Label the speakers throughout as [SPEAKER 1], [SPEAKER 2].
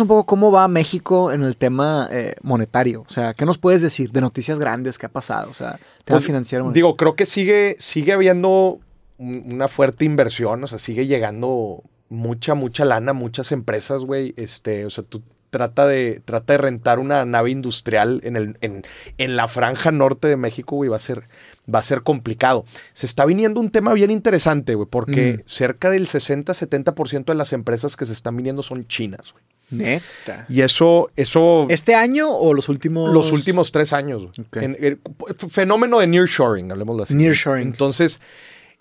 [SPEAKER 1] un poco cómo va México en el tema eh, monetario. O sea, ¿qué nos puedes decir de noticias grandes que ha pasado? O sea, tema
[SPEAKER 2] Pues,
[SPEAKER 1] financiero. monetario.
[SPEAKER 2] Digo, creo que sigue, sigue habiendo un- una fuerte inversión, o sea, sigue llegando mucha, mucha lana, muchas empresas, güey. Este, o sea, tú trata de, trata de rentar una nave industrial en, el, en, en la franja norte de México, güey, va a ser, va a ser complicado. Se está viniendo un tema bien interesante, güey, porque
[SPEAKER 1] Mm.
[SPEAKER 2] cerca del 60-70% de las empresas que se están viniendo son chinas, güey.
[SPEAKER 1] Neta.
[SPEAKER 2] Y eso, eso.
[SPEAKER 1] ¿Este año o los últimos?
[SPEAKER 2] Los últimos tres años. güey.
[SPEAKER 1] Ok.
[SPEAKER 2] En- el- f- fenómeno de nearshoring, hablemoslo así.
[SPEAKER 1] Nearshoring.
[SPEAKER 2] Entonces,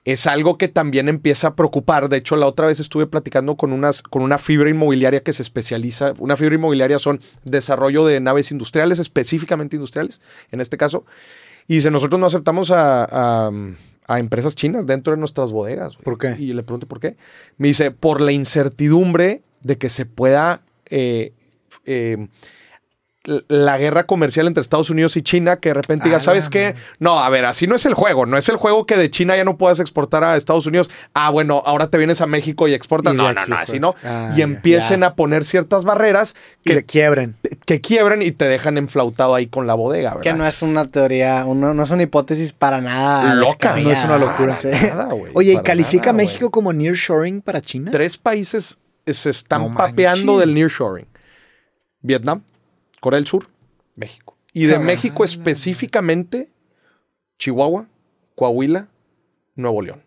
[SPEAKER 2] es algo que también empieza a preocupar. De hecho, la otra vez estuve platicando con, unas, con una fibra inmobiliaria que se especializa. Una fibra inmobiliaria son desarrollo de naves industriales, específicamente industriales, en este caso. Y dice, nosotros no aceptamos a, a- a empresas chinas dentro de nuestras bodegas. güey".
[SPEAKER 1] ¿Por qué?
[SPEAKER 2] Y le pregunto por qué. Me dice, por la incertidumbre de que se pueda... eh, eh, l- la guerra comercial entre Estados Unidos y China, que de repente diga,
[SPEAKER 1] Ah,
[SPEAKER 2] ¿sabes
[SPEAKER 1] la
[SPEAKER 2] qué? No, a ver, así no es el juego. No es el juego que de China ya no puedas exportar a Estados Unidos. Ah, bueno, ahora te vienes a México y exportas.
[SPEAKER 1] Y de
[SPEAKER 2] no, no,
[SPEAKER 1] aquí,
[SPEAKER 2] no, así
[SPEAKER 1] pues.
[SPEAKER 2] no.
[SPEAKER 1] Ah,
[SPEAKER 2] y
[SPEAKER 1] ya,
[SPEAKER 2] empiecen
[SPEAKER 1] ya.
[SPEAKER 2] a poner ciertas barreras
[SPEAKER 1] Que
[SPEAKER 2] que,
[SPEAKER 1] le quiebren.
[SPEAKER 2] que quiebran y te dejan enflautado ahí con la bodega, ¿verdad?
[SPEAKER 3] Que no es una teoría, uno, no es una hipótesis para nada.
[SPEAKER 2] Loca.
[SPEAKER 3] descabellada.
[SPEAKER 1] No es una locura.
[SPEAKER 3] Sí.
[SPEAKER 2] Nada, güey,
[SPEAKER 1] Oye, ¿y
[SPEAKER 2] para
[SPEAKER 1] califica
[SPEAKER 2] nada, güey.
[SPEAKER 1] México como nearshoring para China?
[SPEAKER 2] Tres países se están
[SPEAKER 1] No
[SPEAKER 2] papeando
[SPEAKER 1] manches.
[SPEAKER 2] del nearshoring. Vietnam, Corea del Sur, México. Y de
[SPEAKER 1] Cabrón.
[SPEAKER 2] México específicamente, Chihuahua, Coahuila, Nuevo León.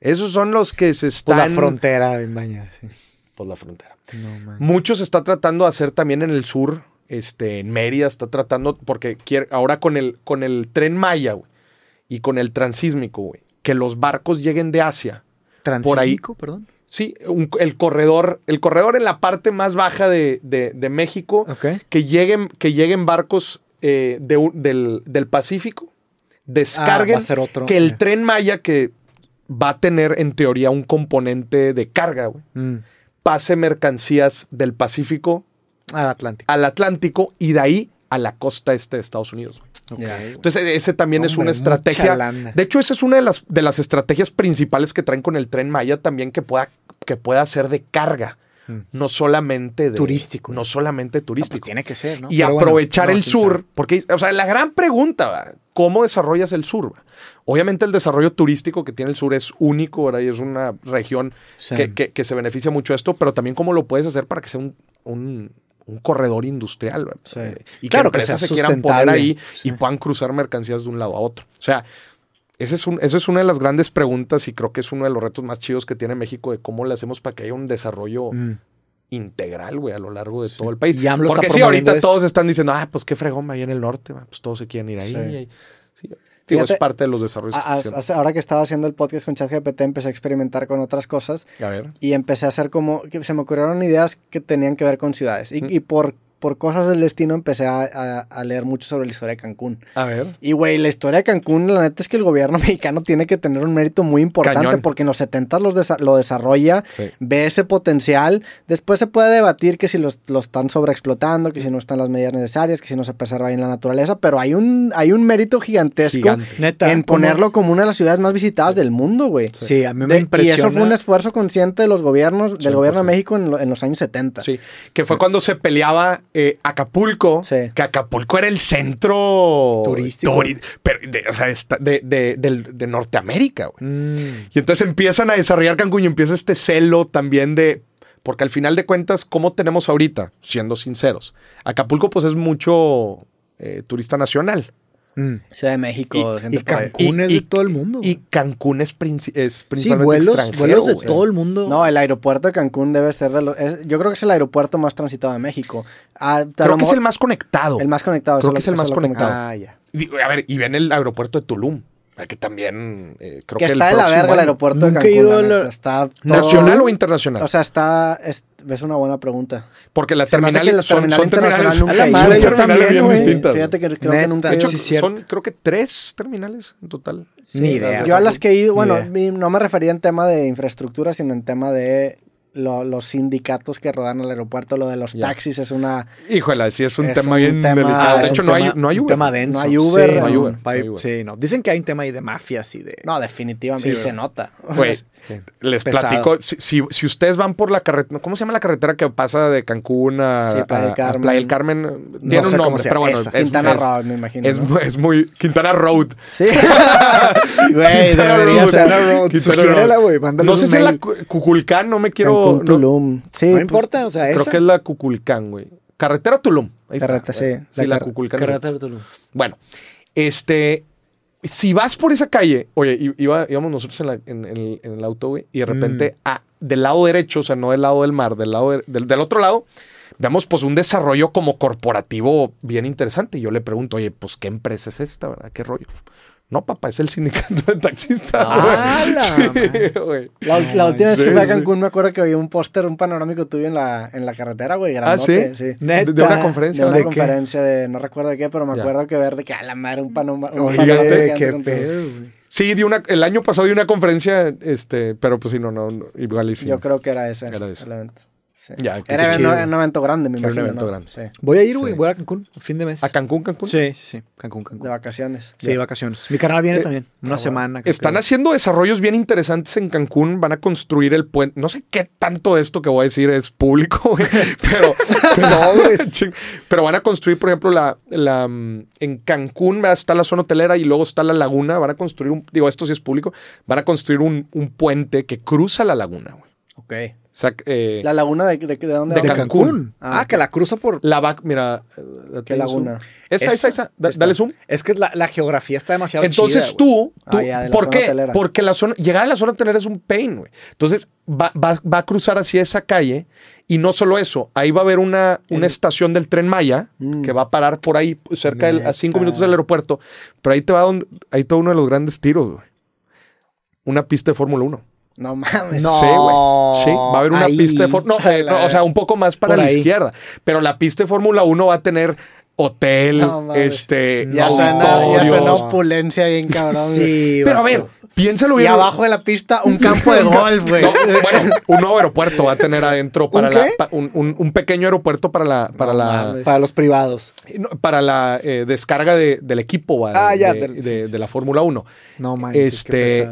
[SPEAKER 2] Esos son los que se
[SPEAKER 1] Por
[SPEAKER 2] están...
[SPEAKER 1] la frontera, en baña, sí.
[SPEAKER 2] Por la frontera.
[SPEAKER 1] No, man.
[SPEAKER 2] Mucho se está tratando de hacer también en el sur, este, en Mérida está tratando, porque quiere- ahora con el, con el tren Maya, güey, y con el transísmico, güey, que los barcos lleguen de Asia. Por ahí.
[SPEAKER 1] Transísmico, perdón.
[SPEAKER 2] Sí, un- el corredor, el corredor en la parte más baja de, de- de México,
[SPEAKER 1] Ok. Ah,
[SPEAKER 2] que lleguen, que lleguen barcos eh, de un- del, del Pacífico,
[SPEAKER 1] Ah,
[SPEAKER 2] descarguen
[SPEAKER 1] va a ser otro.
[SPEAKER 2] que el
[SPEAKER 1] Ya.
[SPEAKER 2] tren Maya, que va a tener en teoría un componente de carga, güey,
[SPEAKER 1] Mm.
[SPEAKER 2] pase mercancías del Pacífico
[SPEAKER 1] Al Atlántico.
[SPEAKER 2] al Atlántico y de ahí a la costa este de Estados Unidos. güey.
[SPEAKER 1] Ok.
[SPEAKER 3] Ya.
[SPEAKER 2] Entonces, ese también es
[SPEAKER 1] Hombre,
[SPEAKER 2] una estrategia.
[SPEAKER 1] mucha lana.
[SPEAKER 2] De hecho, esa es una de las, de las estrategias principales que traen con el tren Maya también que pueda, que pueda ser de carga,
[SPEAKER 1] Mm.
[SPEAKER 2] no solamente de,
[SPEAKER 1] Turístico.
[SPEAKER 2] No solamente
[SPEAKER 1] Ah, pues
[SPEAKER 2] turístico.
[SPEAKER 1] tiene que ser, ¿no?
[SPEAKER 2] Y
[SPEAKER 1] Pero bueno,
[SPEAKER 2] aprovechar
[SPEAKER 1] no,
[SPEAKER 2] el
[SPEAKER 1] quién
[SPEAKER 2] sur,
[SPEAKER 1] sabe.
[SPEAKER 2] porque, o sea, la gran pregunta, ¿va? ¿cómo desarrollas el sur? va? Obviamente el desarrollo turístico que tiene el sur es único, ¿verdad? Y es una región
[SPEAKER 1] Sí.
[SPEAKER 2] que, que- que se beneficia mucho de esto, pero también cómo lo puedes hacer para que sea un, un- un corredor industrial, ¿verdad?
[SPEAKER 3] Sí.
[SPEAKER 2] Eh, Y
[SPEAKER 1] Claro, que
[SPEAKER 2] que empresas
[SPEAKER 1] sea
[SPEAKER 2] se quieran poner
[SPEAKER 1] sustentable.
[SPEAKER 2] ahí
[SPEAKER 1] Sí.
[SPEAKER 2] y puedan cruzar mercancías de un lado a otro. O sea, esa es, un- esa es una de las grandes preguntas y creo que es uno de los retos más chidos que tiene México de cómo le hacemos para que haya un desarrollo
[SPEAKER 1] Mm.
[SPEAKER 2] integral, güey, a lo largo de
[SPEAKER 1] Sí.
[SPEAKER 2] todo el país.
[SPEAKER 1] Y AMLO está
[SPEAKER 2] Porque sí,
[SPEAKER 1] promoviendo
[SPEAKER 2] ahorita
[SPEAKER 1] esto.
[SPEAKER 2] todos están diciendo, ah, pues qué fregón ahí en el norte, va, pues todos se quieren ir ahí.
[SPEAKER 3] Sí.
[SPEAKER 2] ahí". Sí. Digo, es
[SPEAKER 3] Fíjate,
[SPEAKER 2] parte de los desarrollos
[SPEAKER 3] A-
[SPEAKER 2] que
[SPEAKER 3] a-
[SPEAKER 2] se hacen.
[SPEAKER 3] hace- ahora que estaba haciendo el podcast con ChatGPT, empecé a experimentar con otras cosas
[SPEAKER 2] A ver.
[SPEAKER 3] y empecé a hacer como que se me ocurrieron ideas que tenían que ver con ciudades. Y,
[SPEAKER 2] Mm.
[SPEAKER 3] y por, por cosas del destino empecé a, a- a leer mucho sobre la historia de Cancún.
[SPEAKER 2] A ver.
[SPEAKER 3] Y güey, la historia de Cancún, la neta es que el gobierno mexicano tiene que tener un mérito muy importante
[SPEAKER 2] Cañón.
[SPEAKER 3] porque en los 70 los desa- lo desarrolla,
[SPEAKER 2] Sí.
[SPEAKER 3] ve ese potencial. Después se puede debatir que si los, lo están sobreexplotando, que si no están las medidas necesarias, que si no se preserva bien la naturaleza, pero hay un, hay un mérito gigantesco
[SPEAKER 2] Gigante.
[SPEAKER 1] Neta.
[SPEAKER 3] en
[SPEAKER 1] ¿cómo?
[SPEAKER 3] ponerlo como una de las ciudades más visitadas del mundo, güey.
[SPEAKER 1] Sí, a mí me
[SPEAKER 3] De- y
[SPEAKER 1] impresiona.
[SPEAKER 3] eso fue un esfuerzo consciente de los gobiernos, del
[SPEAKER 2] 100%.
[SPEAKER 3] gobierno de México en, lo- en los años 70.
[SPEAKER 2] Sí, que fue cuando se peleaba eh, Acapulco,
[SPEAKER 3] Sí.
[SPEAKER 2] que Acapulco era el centro
[SPEAKER 1] Turístico.
[SPEAKER 2] pero de, o sea, esta- de, de- del- de Norteamérica. güey.
[SPEAKER 1] Mm.
[SPEAKER 2] Y entonces empiezan a desarrollar Cancún y empieza este celo también de... Porque al final de cuentas, ¿cómo tenemos ahorita? Siendo sinceros. Acapulco pues es mucho eh, turista nacional.
[SPEAKER 1] Mm.
[SPEAKER 3] Ciudad de México,
[SPEAKER 2] Y-
[SPEAKER 3] gente
[SPEAKER 1] y
[SPEAKER 3] por ahí.
[SPEAKER 1] Cancún es de todo el mundo,
[SPEAKER 2] Y
[SPEAKER 1] güey.
[SPEAKER 2] Cancún es, princi- es
[SPEAKER 1] Sí,
[SPEAKER 2] principalmente
[SPEAKER 1] vuelos,
[SPEAKER 2] extranjero.
[SPEAKER 1] vuelos de
[SPEAKER 2] güey.
[SPEAKER 1] todo el mundo.
[SPEAKER 3] No, el aeropuerto de Cancún debe ser de los... es- yo creo que es el aeropuerto más transitado de México. Ah, a lo
[SPEAKER 2] Creo que es
[SPEAKER 3] mejor-
[SPEAKER 2] el más conectado.
[SPEAKER 3] el más conectado.
[SPEAKER 2] Creo
[SPEAKER 3] eso
[SPEAKER 2] que es el
[SPEAKER 3] eso
[SPEAKER 2] más
[SPEAKER 3] lo que me-
[SPEAKER 2] conectado.
[SPEAKER 1] Ah, ya.
[SPEAKER 2] Digo, a ver, y ven el aeropuerto de Tulum, eh, que también eh, creo
[SPEAKER 3] Que
[SPEAKER 2] que,
[SPEAKER 3] está de
[SPEAKER 2] el
[SPEAKER 3] la
[SPEAKER 2] próximo
[SPEAKER 3] verga el
[SPEAKER 2] año.
[SPEAKER 3] aeropuerto de
[SPEAKER 1] Nunca he
[SPEAKER 3] Cancún.
[SPEAKER 1] ido
[SPEAKER 3] la
[SPEAKER 1] a la-
[SPEAKER 3] neta, Está todo-
[SPEAKER 2] ¿Nacional o internacional?
[SPEAKER 3] O sea, está... Es, es una buena pregunta.
[SPEAKER 2] Porque la
[SPEAKER 3] se me hace
[SPEAKER 2] terminal
[SPEAKER 3] que la
[SPEAKER 2] son,
[SPEAKER 3] terminal
[SPEAKER 2] son terminales,
[SPEAKER 3] internacional
[SPEAKER 2] son
[SPEAKER 3] nunca he ido. A la
[SPEAKER 1] yo
[SPEAKER 3] madre,
[SPEAKER 2] terminales
[SPEAKER 1] también,
[SPEAKER 2] bien
[SPEAKER 1] güey.
[SPEAKER 2] distintas.
[SPEAKER 3] Fíjate que creo que
[SPEAKER 1] Neta,
[SPEAKER 3] nunca...
[SPEAKER 2] de
[SPEAKER 3] he
[SPEAKER 2] hecho,
[SPEAKER 3] ido.
[SPEAKER 1] sí, cierto.
[SPEAKER 2] son creo que tres terminales en total.
[SPEAKER 1] Ni idea.
[SPEAKER 3] Yo a las que he ido,
[SPEAKER 1] Ni
[SPEAKER 3] bueno,
[SPEAKER 1] idea.
[SPEAKER 3] mi- no me refería en tema de infraestructura, sino en tema de lo- los sindicatos que rodan al aeropuerto, lo de los
[SPEAKER 2] Ya.
[SPEAKER 3] taxis es una...
[SPEAKER 2] Híjole, sí es un
[SPEAKER 3] Es
[SPEAKER 2] tema
[SPEAKER 3] un
[SPEAKER 2] bien
[SPEAKER 3] tema-
[SPEAKER 2] delicado.
[SPEAKER 3] es
[SPEAKER 2] De
[SPEAKER 3] un
[SPEAKER 2] hecho, no hay,
[SPEAKER 1] tema-
[SPEAKER 2] no hay
[SPEAKER 1] un
[SPEAKER 2] Uber.
[SPEAKER 1] tema denso.
[SPEAKER 3] No hay Uber,
[SPEAKER 1] Sí,
[SPEAKER 3] no hay
[SPEAKER 2] Uber,
[SPEAKER 1] pa-
[SPEAKER 2] no hay Uber.
[SPEAKER 1] sí, no. Dicen que hay un tema ahí de mafias y de...
[SPEAKER 3] No, definitivamente.
[SPEAKER 1] Sí,
[SPEAKER 3] y
[SPEAKER 1] güey.
[SPEAKER 3] se nota.
[SPEAKER 2] Güey, les
[SPEAKER 1] Pesado.
[SPEAKER 2] platico. Si, si- si ustedes van por la carretera, ¿cómo se llama la carretera que pasa de Cancún a,
[SPEAKER 3] Sí, Playa del
[SPEAKER 2] a- a
[SPEAKER 3] Carmen.
[SPEAKER 2] Playa del Carmen? Tiene
[SPEAKER 1] sé
[SPEAKER 2] un
[SPEAKER 1] cómo
[SPEAKER 2] nombre,
[SPEAKER 1] se
[SPEAKER 2] pero
[SPEAKER 1] llama
[SPEAKER 2] bueno.
[SPEAKER 1] esa.
[SPEAKER 2] es-
[SPEAKER 3] Quintana
[SPEAKER 2] es-
[SPEAKER 3] Roo, me imagino.
[SPEAKER 2] Es,
[SPEAKER 3] ¿no?
[SPEAKER 2] es muy. Quintana Road.
[SPEAKER 3] Sí. Güey,
[SPEAKER 2] Quintana
[SPEAKER 3] debería
[SPEAKER 2] Road.
[SPEAKER 3] ser.
[SPEAKER 1] Quintana Road.
[SPEAKER 2] Quintana
[SPEAKER 1] Sugiérela,
[SPEAKER 2] Road.
[SPEAKER 1] güey, mándale
[SPEAKER 2] No
[SPEAKER 1] un
[SPEAKER 2] sé si es la
[SPEAKER 1] mail.
[SPEAKER 2] Cu- Cuculcán, no me quiero.
[SPEAKER 3] Cancún,
[SPEAKER 2] no-
[SPEAKER 3] Tulum. Sí,
[SPEAKER 1] No
[SPEAKER 3] pues,
[SPEAKER 1] importa, o sea,
[SPEAKER 2] creo
[SPEAKER 1] esa...
[SPEAKER 2] que es la Cuculcán, güey. Carretera Tulum. Ahí está.
[SPEAKER 3] Carreta- sí,
[SPEAKER 2] Sí,
[SPEAKER 3] la
[SPEAKER 2] la
[SPEAKER 3] car-
[SPEAKER 2] Cuculcán.
[SPEAKER 1] Carretera de Tulum.
[SPEAKER 2] Bueno, este. Si vas por esa calle, oye, i- iba- íbamos nosotros en, la- en- en el, en el auto, güey, y de repente, ah, del lado derecho, o sea, no del lado del mar, del lado de- del, del otro lado, vemos pues un desarrollo como corporativo bien interesante. Y yo le pregunto, oye, pues, ¿qué empresa es esta, verdad? ¿Qué rollo? No, papá, es el sindicato de taxistas.
[SPEAKER 1] ¡Ah,
[SPEAKER 2] güey.
[SPEAKER 1] la
[SPEAKER 2] Sí, güey.
[SPEAKER 3] La, ul- la última vez
[SPEAKER 2] sí,
[SPEAKER 3] que fui a
[SPEAKER 2] sí.
[SPEAKER 3] Cancún me acuerdo que había un póster, un panorámico tuyo en la, en la carretera, güey,
[SPEAKER 2] Ah,
[SPEAKER 3] grandote.
[SPEAKER 2] ¿sí?
[SPEAKER 3] sí.
[SPEAKER 2] De- de una conferencia,
[SPEAKER 3] De una
[SPEAKER 2] ¿de qué?
[SPEAKER 3] conferencia de no recuerdo de qué, pero me
[SPEAKER 2] Ya.
[SPEAKER 3] acuerdo que ver de que a la madre un panorámico.
[SPEAKER 1] Oye, qué pedo, güey.
[SPEAKER 2] Sí, di una, el año pasado di una conferencia, este, pero pues sí, no, no, no, igual y sí.
[SPEAKER 3] Yo creo que era ese.
[SPEAKER 2] Era ese.
[SPEAKER 3] el evento. Sí.
[SPEAKER 2] Ya, qué
[SPEAKER 3] era
[SPEAKER 2] chido.
[SPEAKER 3] un, un evento grande, me
[SPEAKER 2] Era un
[SPEAKER 3] imagino.
[SPEAKER 2] evento
[SPEAKER 3] ¿no?
[SPEAKER 2] grande.
[SPEAKER 3] Sí.
[SPEAKER 1] Voy a ir, güey,
[SPEAKER 2] Sí.
[SPEAKER 1] voy a Cancún, a fin de mes.
[SPEAKER 2] ¿A Cancún, Cancún?
[SPEAKER 1] Sí, sí, Cancún, Cancún.
[SPEAKER 3] De vacaciones.
[SPEAKER 1] Sí, de vacaciones. Mi canal viene
[SPEAKER 2] Eh,
[SPEAKER 1] también. Una semana. Ah, creo
[SPEAKER 2] Están
[SPEAKER 1] que-
[SPEAKER 2] haciendo desarrollos bien interesantes en Cancún. Van a construir el puente. No sé qué tanto de esto que voy a decir es público, güey, pero, Ching- pero van a construir, por ejemplo, la, la, mm, en Cancún ¿verdad? está la zona hotelera y luego está la laguna. Van a construir un, digo, esto sí es público. Van a construir un, un puente que cruza la laguna, güey.
[SPEAKER 3] Ok.
[SPEAKER 2] O sea, eh,
[SPEAKER 3] ¿La laguna de, de, de dónde?
[SPEAKER 2] De
[SPEAKER 1] De
[SPEAKER 3] era?
[SPEAKER 2] Cancún.
[SPEAKER 1] Cancún.
[SPEAKER 3] Ah,
[SPEAKER 1] Ah,
[SPEAKER 3] ok.
[SPEAKER 1] que la cruzo por.
[SPEAKER 2] la va, mira, eh,
[SPEAKER 3] ¿Qué
[SPEAKER 2] dale
[SPEAKER 3] laguna?
[SPEAKER 2] zoom. Esa, esa, esa. Da-
[SPEAKER 1] Está.
[SPEAKER 2] dale zoom.
[SPEAKER 1] Es que la, la geografía está demasiado
[SPEAKER 2] Entonces
[SPEAKER 1] chida, güey.
[SPEAKER 2] tú, tú-
[SPEAKER 3] Ah, ya, de la
[SPEAKER 2] ¿por
[SPEAKER 3] zona
[SPEAKER 2] qué?
[SPEAKER 3] hotelera.
[SPEAKER 2] Porque la zona, llegar a la zona hotelera es un pain, güey. Entonces va, va- va a cruzar hacia esa calle y no solo eso, ahí va a haber una, una estación del tren Maya
[SPEAKER 3] Mm.
[SPEAKER 2] que va a parar por ahí cerca del- a cinco
[SPEAKER 3] Neta.
[SPEAKER 2] minutos del aeropuerto, pero ahí te va donde, ahí te va uno de los grandes tiros, güey. Una pista de Fórmula 1.
[SPEAKER 3] No mames.
[SPEAKER 1] No.
[SPEAKER 2] Sí, güey. Sí, va a haber una
[SPEAKER 1] ahí.
[SPEAKER 2] pista de Fórmula no, eh, no, O sea, un poco más para
[SPEAKER 1] Por
[SPEAKER 2] la
[SPEAKER 1] ahí.
[SPEAKER 2] izquierda. Pero la pista de Fórmula 1 va a tener hotel,
[SPEAKER 3] No, madre.
[SPEAKER 2] este,
[SPEAKER 3] Ya suena, ya
[SPEAKER 2] auditorios.
[SPEAKER 3] suena opulencia bien cabrón. güey.
[SPEAKER 1] Sí,
[SPEAKER 2] Pero a
[SPEAKER 1] vato.
[SPEAKER 2] ver, piénsalo
[SPEAKER 3] Y
[SPEAKER 2] bien.
[SPEAKER 3] abajo de la pista un campo de golf, güey.
[SPEAKER 2] No, eh, bueno, un nuevo aeropuerto va a tener adentro para
[SPEAKER 1] ¿Un
[SPEAKER 2] la-
[SPEAKER 1] qué?
[SPEAKER 2] pa- un, un- un pequeño aeropuerto para la Ah, para
[SPEAKER 3] No
[SPEAKER 2] la
[SPEAKER 3] mames.
[SPEAKER 1] Para los privados.
[SPEAKER 2] no, para la eh, descarga de- del equipo va,
[SPEAKER 1] Ah, ya,
[SPEAKER 2] de,
[SPEAKER 1] del-
[SPEAKER 2] de-
[SPEAKER 1] sí,
[SPEAKER 2] de la
[SPEAKER 1] sí.
[SPEAKER 2] Fórmula 1.
[SPEAKER 1] No manches.
[SPEAKER 2] Este,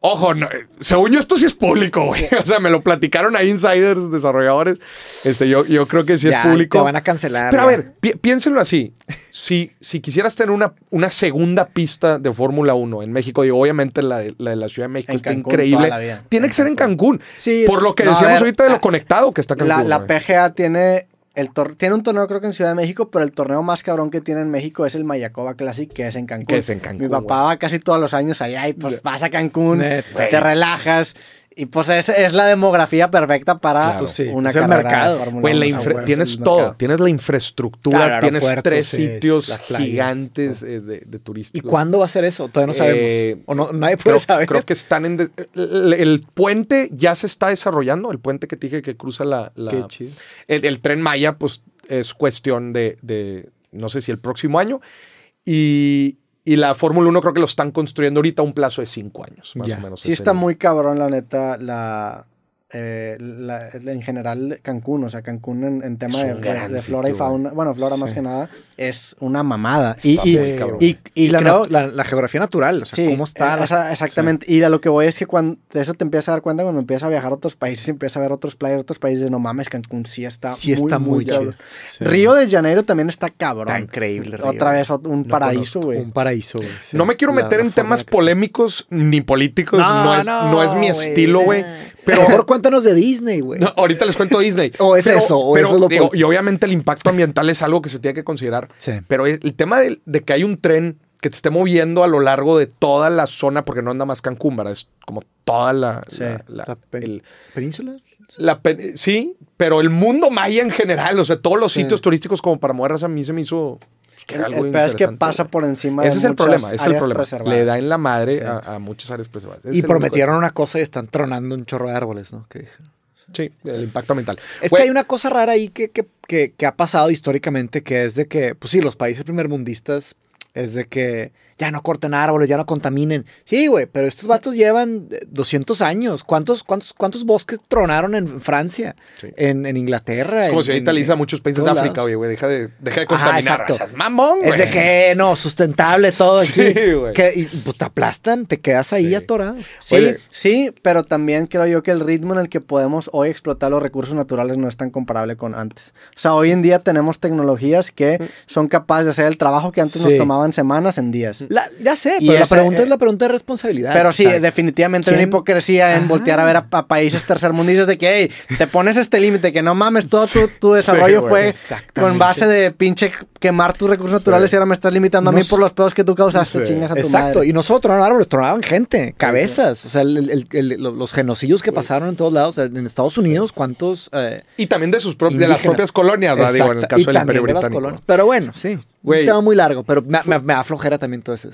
[SPEAKER 2] Ojo, no, eh, según yo esto sí es público, güey. O sea, me lo platicaron ahí insiders, desarrolladores. Este, yo, yo creo que sí es público.
[SPEAKER 1] Te van a cancelar.
[SPEAKER 2] Pero a
[SPEAKER 1] güey.
[SPEAKER 2] ver, pi- piénsenlo así. Si, si quisieras tener una, una segunda pista de Fórmula 1 en México, digo, obviamente la de la, de la Ciudad de México
[SPEAKER 3] En
[SPEAKER 2] está
[SPEAKER 3] Cancún
[SPEAKER 2] increíble.
[SPEAKER 3] toda la vida.
[SPEAKER 2] Tiene
[SPEAKER 3] En
[SPEAKER 2] que ser en Cancún.
[SPEAKER 1] Sí,
[SPEAKER 2] Por
[SPEAKER 1] es-
[SPEAKER 2] lo que
[SPEAKER 3] no, a
[SPEAKER 2] decíamos
[SPEAKER 3] ver,
[SPEAKER 2] ahorita de
[SPEAKER 3] ah,
[SPEAKER 2] lo conectado que está Cancún.
[SPEAKER 3] La, la
[SPEAKER 2] güey.
[SPEAKER 3] PGA tiene el tor- tiene un torneo creo que en Ciudad de México, pero el torneo más cabrón que tiene en México es el Mayacoba Classic, que es en Cancún.
[SPEAKER 2] Que es en Cancún,
[SPEAKER 3] Mi papá va casi todos los años allá y pues vas a Cancún,
[SPEAKER 1] Neta.
[SPEAKER 3] te relajas y pues es, es la demografía perfecta para
[SPEAKER 2] Claro.
[SPEAKER 1] Pues sí,
[SPEAKER 3] una
[SPEAKER 1] es el
[SPEAKER 3] carrera de
[SPEAKER 1] mercado. Pues,
[SPEAKER 3] Fórmula
[SPEAKER 2] Güey, la
[SPEAKER 3] 1,
[SPEAKER 2] infra-
[SPEAKER 3] güey.
[SPEAKER 2] tienes
[SPEAKER 3] Es el
[SPEAKER 2] todo,
[SPEAKER 3] mercado.
[SPEAKER 2] tienes la infraestructura,
[SPEAKER 1] Claro,
[SPEAKER 2] tienes
[SPEAKER 1] aeropuertos,
[SPEAKER 2] tres
[SPEAKER 1] sí,
[SPEAKER 2] sitios
[SPEAKER 1] las playas,
[SPEAKER 2] gigantes eh, de, de
[SPEAKER 1] ¿Y
[SPEAKER 2] turísticos.
[SPEAKER 1] cuándo va a ser eso? Todavía no sabemos.
[SPEAKER 2] Eh,
[SPEAKER 1] o no, nadie puede
[SPEAKER 2] Creo,
[SPEAKER 1] saber.
[SPEAKER 2] creo que están en. de- el, el puente ya se está desarrollando, el puente que te dije que cruza la. la-
[SPEAKER 1] Qué chido.
[SPEAKER 2] El, el tren Maya, pues es cuestión de, de, No sé si el próximo año. Y, y la Fórmula 1 creo que lo están construyendo ahorita a un plazo de cinco años, más
[SPEAKER 1] Ya.
[SPEAKER 2] o menos.
[SPEAKER 3] Sí
[SPEAKER 2] es
[SPEAKER 3] está
[SPEAKER 2] el-
[SPEAKER 3] muy cabrón, la neta, la, eh, la- en general Cancún, o sea, Cancún en, en tema
[SPEAKER 2] Es
[SPEAKER 3] de,
[SPEAKER 2] un gran
[SPEAKER 3] de flora y
[SPEAKER 2] sitio, güey.
[SPEAKER 3] fauna, bueno, flora más
[SPEAKER 1] Sí.
[SPEAKER 3] que nada, es una mamada. Y,
[SPEAKER 2] Está
[SPEAKER 3] y-
[SPEAKER 2] muy cabrón.
[SPEAKER 3] y- y
[SPEAKER 1] Y la,
[SPEAKER 3] creo-
[SPEAKER 1] nat- la- la geografía natural, o sea, cómo está.
[SPEAKER 3] eh,
[SPEAKER 1] la-
[SPEAKER 3] esa- exactamente. Y a lo que voy es que cuando de eso te empiezas a dar cuenta cuando empiezas a viajar a otros países, empiezas a ver otros playas, otros países, no mames, Cancún sí está
[SPEAKER 1] sí está muy, chido.
[SPEAKER 3] cabrón. Río de Janeiro también está cabrón.
[SPEAKER 1] Está increíble, Río.
[SPEAKER 3] Otra vez ot- un
[SPEAKER 2] No
[SPEAKER 3] paraíso, güey.
[SPEAKER 1] Un paraíso, güey. sí.
[SPEAKER 2] No me quiero
[SPEAKER 1] La-
[SPEAKER 2] meter
[SPEAKER 1] la
[SPEAKER 2] en
[SPEAKER 1] forma
[SPEAKER 2] temas
[SPEAKER 1] que está.
[SPEAKER 2] polémicos ni políticos. No,
[SPEAKER 1] No,
[SPEAKER 2] es, no,
[SPEAKER 1] no,
[SPEAKER 2] es
[SPEAKER 1] güey,
[SPEAKER 2] mi estilo, güey.
[SPEAKER 1] nah.
[SPEAKER 2] Pero
[SPEAKER 1] Mejor cuéntanos de Disney, güey.
[SPEAKER 2] no, ahorita les cuento Disney.
[SPEAKER 1] O Oh, es
[SPEAKER 2] Pero-
[SPEAKER 1] eso, o
[SPEAKER 2] pero,
[SPEAKER 1] eso es lo
[SPEAKER 2] digo,
[SPEAKER 1] pol-
[SPEAKER 2] Y obviamente el impacto ambiental es algo que se tiene que considerar.
[SPEAKER 1] Sí.
[SPEAKER 2] Pero es- el tema de, de que hay un tren que te esté moviendo a lo largo de toda la zona, porque no anda más Cancún, ¿verdad? Es como toda la...
[SPEAKER 3] Sí.
[SPEAKER 2] la- la-
[SPEAKER 1] La pe-
[SPEAKER 2] el-
[SPEAKER 1] ¿Península?
[SPEAKER 2] la pe- sí, pero el mundo maya en general, o sea, todos los
[SPEAKER 1] Sí.
[SPEAKER 2] sitios turísticos como para moverlas a mí se me hizo... pues, que
[SPEAKER 3] El,
[SPEAKER 2] era algo
[SPEAKER 3] el peor es que
[SPEAKER 2] interesante,
[SPEAKER 3] pasa
[SPEAKER 2] güey.
[SPEAKER 3] por encima de
[SPEAKER 2] Ese es el
[SPEAKER 3] muchas
[SPEAKER 2] problema, es el
[SPEAKER 3] áreas
[SPEAKER 2] problema.
[SPEAKER 3] preservadas.
[SPEAKER 2] Le da en la madre
[SPEAKER 3] Sí.
[SPEAKER 2] a, a muchas áreas preservadas. Ese
[SPEAKER 1] Y
[SPEAKER 2] es el
[SPEAKER 1] prometieron una cosa y están tronando un chorro de árboles, ¿no? Que-
[SPEAKER 2] único- Sí, el impacto ambiental.
[SPEAKER 1] Es
[SPEAKER 2] Güey,
[SPEAKER 1] que hay una cosa rara ahí que, que- que- que ha pasado históricamente, que es de que, pues sí, los países primermundistas es de que ya no corten árboles, ya no contaminen. Sí, güey, pero estos vatos llevan eh, 200 años. ¿Cuántos, cuántos, cuántos bosques tronaron en Francia,
[SPEAKER 2] Sí.
[SPEAKER 1] en, en Inglaterra?
[SPEAKER 2] Es como
[SPEAKER 1] en-
[SPEAKER 2] si ahorita
[SPEAKER 1] en-
[SPEAKER 2] le dices a
[SPEAKER 1] en
[SPEAKER 2] muchos países de
[SPEAKER 1] todos
[SPEAKER 2] África,
[SPEAKER 1] lados?
[SPEAKER 2] oye, güey, deja de, deja
[SPEAKER 1] Ajá,
[SPEAKER 2] de contaminar.
[SPEAKER 1] exacto.
[SPEAKER 2] o sea, es mamón, güey.
[SPEAKER 1] Es de que no, sustentable todo aquí.
[SPEAKER 2] Sí, güey.
[SPEAKER 1] que, y pues, te aplastan, te quedas ahí
[SPEAKER 2] Sí.
[SPEAKER 1] atorado.
[SPEAKER 3] Sí,
[SPEAKER 2] Oye.
[SPEAKER 3] sí, pero también creo yo que el ritmo en el que podemos hoy explotar los recursos naturales no es tan comparable con antes. O sea, hoy en día tenemos tecnologías que son capaces de hacer el trabajo que antes nos
[SPEAKER 1] Sí. Mm.
[SPEAKER 3] tomaban semanas en días.
[SPEAKER 1] La- ya sé,
[SPEAKER 3] Y
[SPEAKER 1] pero la
[SPEAKER 3] ese,
[SPEAKER 1] pregunta
[SPEAKER 3] eh,
[SPEAKER 1] es la pregunta de responsabilidad.
[SPEAKER 3] Pero sí,
[SPEAKER 1] O sea,
[SPEAKER 3] definitivamente hay una
[SPEAKER 1] ¿quién?
[SPEAKER 3] hipocresía en
[SPEAKER 1] Ajá.
[SPEAKER 3] voltear a ver a, a países tercermundizos de que, hey, te pones este límite, que no mames, todo tu, tu desarrollo
[SPEAKER 2] güey.
[SPEAKER 3] fue
[SPEAKER 1] Exactamente.
[SPEAKER 3] con base de pinche quemar tus recursos
[SPEAKER 2] Sí.
[SPEAKER 3] naturales y ahora me estás limitando a mí
[SPEAKER 1] Nos-
[SPEAKER 3] por los pedos que tú causaste,
[SPEAKER 2] Sí.
[SPEAKER 3] chingas a tu
[SPEAKER 1] Exacto,
[SPEAKER 3] madre.
[SPEAKER 1] y no solo tronaban árboles, tronaban gente, cabezas, o sea, el- el- el- lo- los genocidios que pasaron en todos lados, o sea, en Estados Unidos, cuántos... eh,
[SPEAKER 2] Y también de sus prop- de las
[SPEAKER 1] Indígenas.
[SPEAKER 2] propias colonias, ¿verdad? Digo, en el
[SPEAKER 1] Exacta-
[SPEAKER 2] caso
[SPEAKER 1] y
[SPEAKER 2] del Imperio
[SPEAKER 1] también de las
[SPEAKER 2] Británico.
[SPEAKER 1] colonias. Pero bueno, sí,
[SPEAKER 2] Güey.
[SPEAKER 1] un tema muy largo, pero me, me- me da flojera también todo eso.